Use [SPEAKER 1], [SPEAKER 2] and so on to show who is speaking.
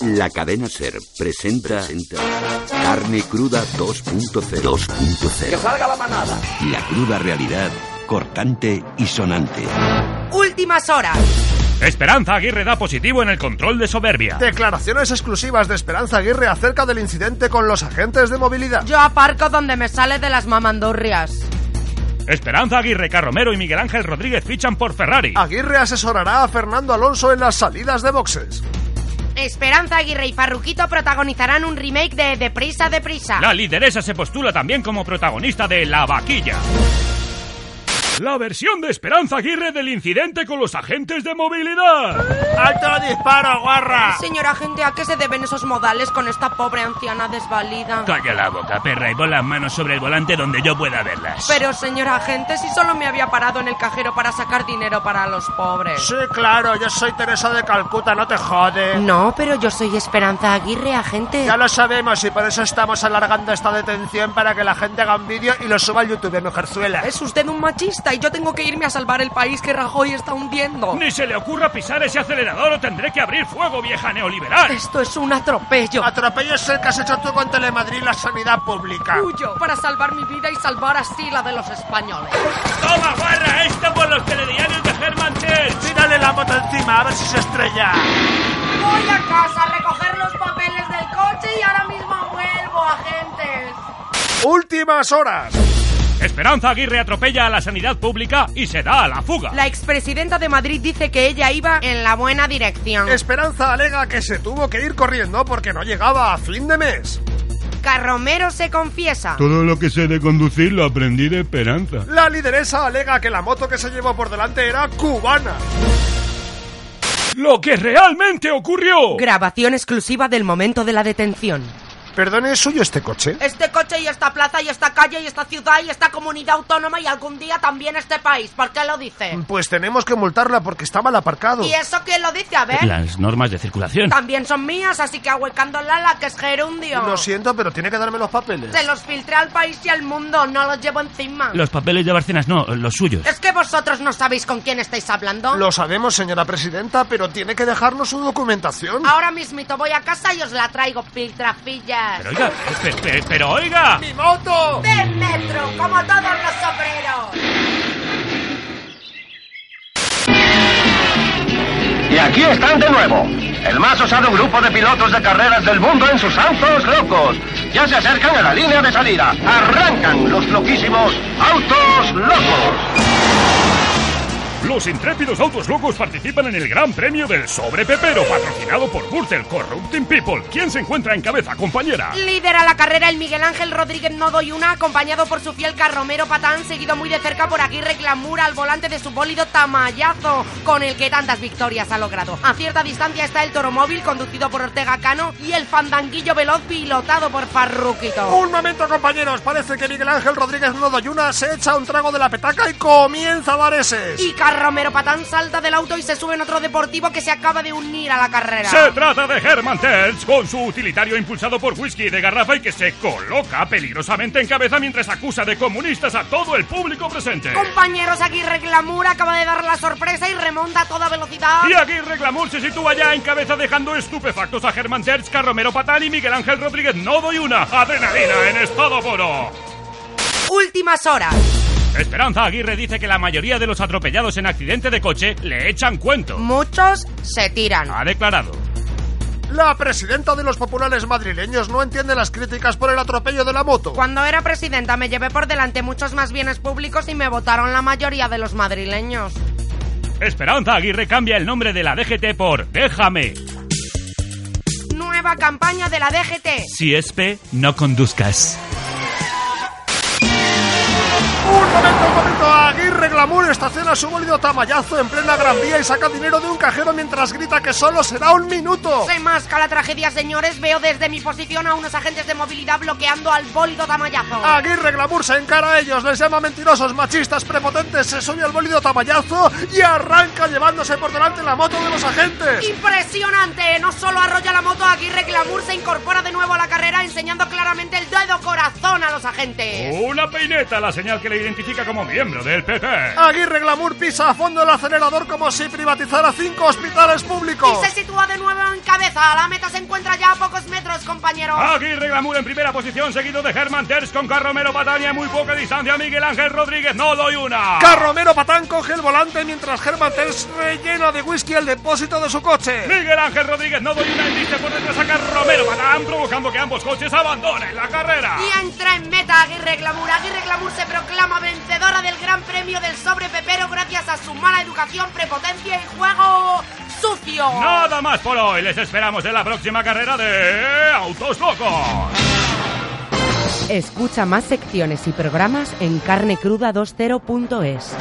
[SPEAKER 1] La cadena Ser presenta, Carne Cruda 2.0. 2.0.
[SPEAKER 2] salga la manada.
[SPEAKER 1] La cruda realidad, cortante y sonante.
[SPEAKER 3] Últimas horas.
[SPEAKER 4] Esperanza Aguirre da positivo en el control de soberbia.
[SPEAKER 5] Declaraciones exclusivas de Esperanza Aguirre acerca del incidente con los agentes de movilidad.
[SPEAKER 3] Yo aparco donde me sale de las mamandurrias.
[SPEAKER 4] Esperanza Aguirre Carromero y Miguel Ángel Rodríguez fichan por Ferrari.
[SPEAKER 5] Aguirre asesorará a Fernando Alonso en las salidas de boxes.
[SPEAKER 3] Esperanza Aguirre y Farruquito protagonizarán un remake de Deprisa, Deprisa.
[SPEAKER 4] La lideresa se postula también como protagonista de La Vaquilla. La versión de Esperanza Aguirre del incidente con los agentes de movilidad.
[SPEAKER 2] ¡Alto disparo, guarra!
[SPEAKER 3] Señora gente, ¿a qué se deben esos modales con esta pobre anciana desvalida?
[SPEAKER 4] Calla la boca, perra, y pon las manos sobre el volante donde yo pueda verlas.
[SPEAKER 3] Pero señora gente, si solo me había parado en el cajero para sacar dinero para los pobres.
[SPEAKER 5] Sí, claro, yo soy Teresa de Calcuta, no te jode.
[SPEAKER 3] No, pero yo soy Esperanza Aguirre, agente.
[SPEAKER 5] Ya lo sabemos y por eso estamos alargando esta detención para que la gente haga un vídeo y lo suba al YouTube, mujerzuela.
[SPEAKER 3] Es usted un machista y yo tengo que irme a salvar el país que Rajoy está hundiendo.
[SPEAKER 4] Ni se le ocurra pisar ese acelerador o tendré que abrir fuego, vieja neoliberal.
[SPEAKER 3] Esto es un atropello.
[SPEAKER 5] Atropello es el que has hecho tú con Telemadrid y la sanidad pública.
[SPEAKER 3] Huyo para salvar mi vida y salvar así la de los españoles.
[SPEAKER 4] Toma, guarra, esto por los telediarios de Germán Terz.
[SPEAKER 5] Tírale la moto encima, a ver si se estrella.
[SPEAKER 3] Voy a casa a recoger los papeles del coche y ahora mismo vuelvo, agentes.
[SPEAKER 5] Últimas horas.
[SPEAKER 4] Esperanza Aguirre atropella a la sanidad pública y se da a la fuga.
[SPEAKER 3] La expresidenta de Madrid dice que ella iba en la buena dirección.
[SPEAKER 5] Esperanza alega que se tuvo que ir corriendo porque no llegaba a fin de mes.
[SPEAKER 3] Carromero se confiesa.
[SPEAKER 6] Todo lo que sé de conducir lo aprendí de Esperanza.
[SPEAKER 5] La lideresa alega que la moto que se llevó por delante era cubana.
[SPEAKER 4] Lo que realmente ocurrió.
[SPEAKER 3] Grabación exclusiva del momento de la detención.
[SPEAKER 5] Perdón, ¿es suyo este coche?
[SPEAKER 3] Este coche y esta plaza y esta calle y esta ciudad y esta comunidad autónoma y algún día también este país. ¿Por qué lo dice?
[SPEAKER 5] Pues tenemos que multarla porque está mal aparcado.
[SPEAKER 3] ¿Y eso quién lo dice? A ver.
[SPEAKER 4] Las normas de circulación.
[SPEAKER 3] También son mías, así que ahuecándola la que es gerundio.
[SPEAKER 5] Lo siento, pero tiene que darme los papeles.
[SPEAKER 3] Se los filtré al país y al mundo, no los llevo encima.
[SPEAKER 4] Los papeles de Barcenas no, los suyos.
[SPEAKER 3] Es que vosotros no sabéis con quién estáis hablando.
[SPEAKER 5] Lo sabemos, señora presidenta, pero tiene que dejarnos su documentación.
[SPEAKER 3] Ahora mismito voy a casa y os la traigo, filtrafillas.
[SPEAKER 4] Pero oiga, pe- pe- pero oiga.
[SPEAKER 5] ¡Mi moto!
[SPEAKER 3] Del metro, como todos los obreros.
[SPEAKER 7] Y aquí están de nuevo, el más osado grupo de pilotos de carreras del mundo en sus autos locos. Ya se acercan a la línea de salida. Arrancan los loquísimos autos locos.
[SPEAKER 4] Los intrépidos autos locos participan en el Gran Premio del Sobre Pepero, patrocinado por Gürtel Corrupting People. ¿Quién se encuentra en cabeza, compañera?
[SPEAKER 3] Lidera la carrera el Miguel Ángel Rodríguez Nodoyuna, acompañado por su fiel carromero Patán, seguido muy de cerca por Aguirre Clamura al volante de su bólido Tamayazo, con el que tantas victorias ha logrado. A cierta distancia está el Toromóvil, conducido por Ortega Cano, y el Fandanguillo Veloz, pilotado por Farruquito.
[SPEAKER 5] Un momento, compañeros. Parece que Miguel Ángel Rodríguez Nodoyuna se echa un trago de la petaca y comienza a dar ese.
[SPEAKER 3] Y Carromero Patán salta del auto y se sube en otro deportivo que se acaba de unir a la carrera.
[SPEAKER 4] Se trata de Herman Terz, con su utilitario impulsado por whisky de garrafa y que se coloca peligrosamente en cabeza mientras acusa de comunistas a todo el público presente.
[SPEAKER 3] Compañeros, aquí Reclamura acaba de dar la sorpresa y remonta a toda velocidad.
[SPEAKER 4] Y aquí Reclamur se sitúa ya en cabeza dejando estupefactos a Germán Terz, Carromero Patán y Miguel Ángel Rodríguez No doy una Adrenalina en estado puro.
[SPEAKER 3] Últimas horas.
[SPEAKER 4] Esperanza Aguirre dice que la mayoría de los atropellados en accidente de coche le echan cuento.
[SPEAKER 3] Muchos se tiran.
[SPEAKER 4] Ha declarado.
[SPEAKER 5] La presidenta de los populares madrileños no entiende las críticas por el atropello de la moto.
[SPEAKER 3] Cuando era presidenta me llevé por delante muchos más bienes públicos y me votaron la mayoría de los madrileños.
[SPEAKER 4] Esperanza Aguirre cambia el nombre de la DGT por Déjame.
[SPEAKER 3] Nueva campaña de la DGT.
[SPEAKER 4] Si es P, no conduzcas.
[SPEAKER 5] Un momento, un momento. Aguirre Glamour estaciona su bólido tamayazo en plena Gran Vía y saca dinero de un cajero mientras grita que solo será un minuto.
[SPEAKER 3] Se masca la tragedia, señores. Veo desde mi posición a unos agentes de movilidad bloqueando al bólido tamayazo.
[SPEAKER 5] Aguirre Glamour se encara a ellos, les llama mentirosos, machistas, prepotentes, se sube al bólido tamayazo y arranca llevándose por delante la moto de los agentes.
[SPEAKER 3] Impresionante. No solo arrolla la moto, Aguirre Glamour se incorpora de nuevo a la carrera enseñando claramente el dedo corazón a los agentes.
[SPEAKER 4] Una peineta, la señal que le identifica como miembro del PP.
[SPEAKER 5] Aguirre Glamour pisa a fondo el acelerador como si privatizara cinco hospitales públicos.
[SPEAKER 3] Y se sitúa de nuevo en cabeza. La meta se encuentra ya a pocos metros, compañeros.
[SPEAKER 4] Aguirre Glamour en primera posición, seguido de Herman Terz con Carromero Patán y a muy poca distancia Miguel Ángel Rodríguez. No doy una.
[SPEAKER 5] Carromero Patán coge el volante mientras Germán Terz rellena de whisky el depósito de su coche.
[SPEAKER 4] Miguel Ángel Rodríguez no doy una embiste por detrás a Carromero Patán, provocando que ambos coches abandonen la carrera.
[SPEAKER 3] Y entra en meta Aguirre Glamour. Aguirre Glamour se proclama vencedora del Gran Premio del Sobre Pepero gracias a su mala educación, prepotencia y juego sucio.
[SPEAKER 4] Nada más por hoy. Les esperamos en la próxima carrera de Autos Locos.
[SPEAKER 8] Escucha más secciones y programas en carnecruda20.es.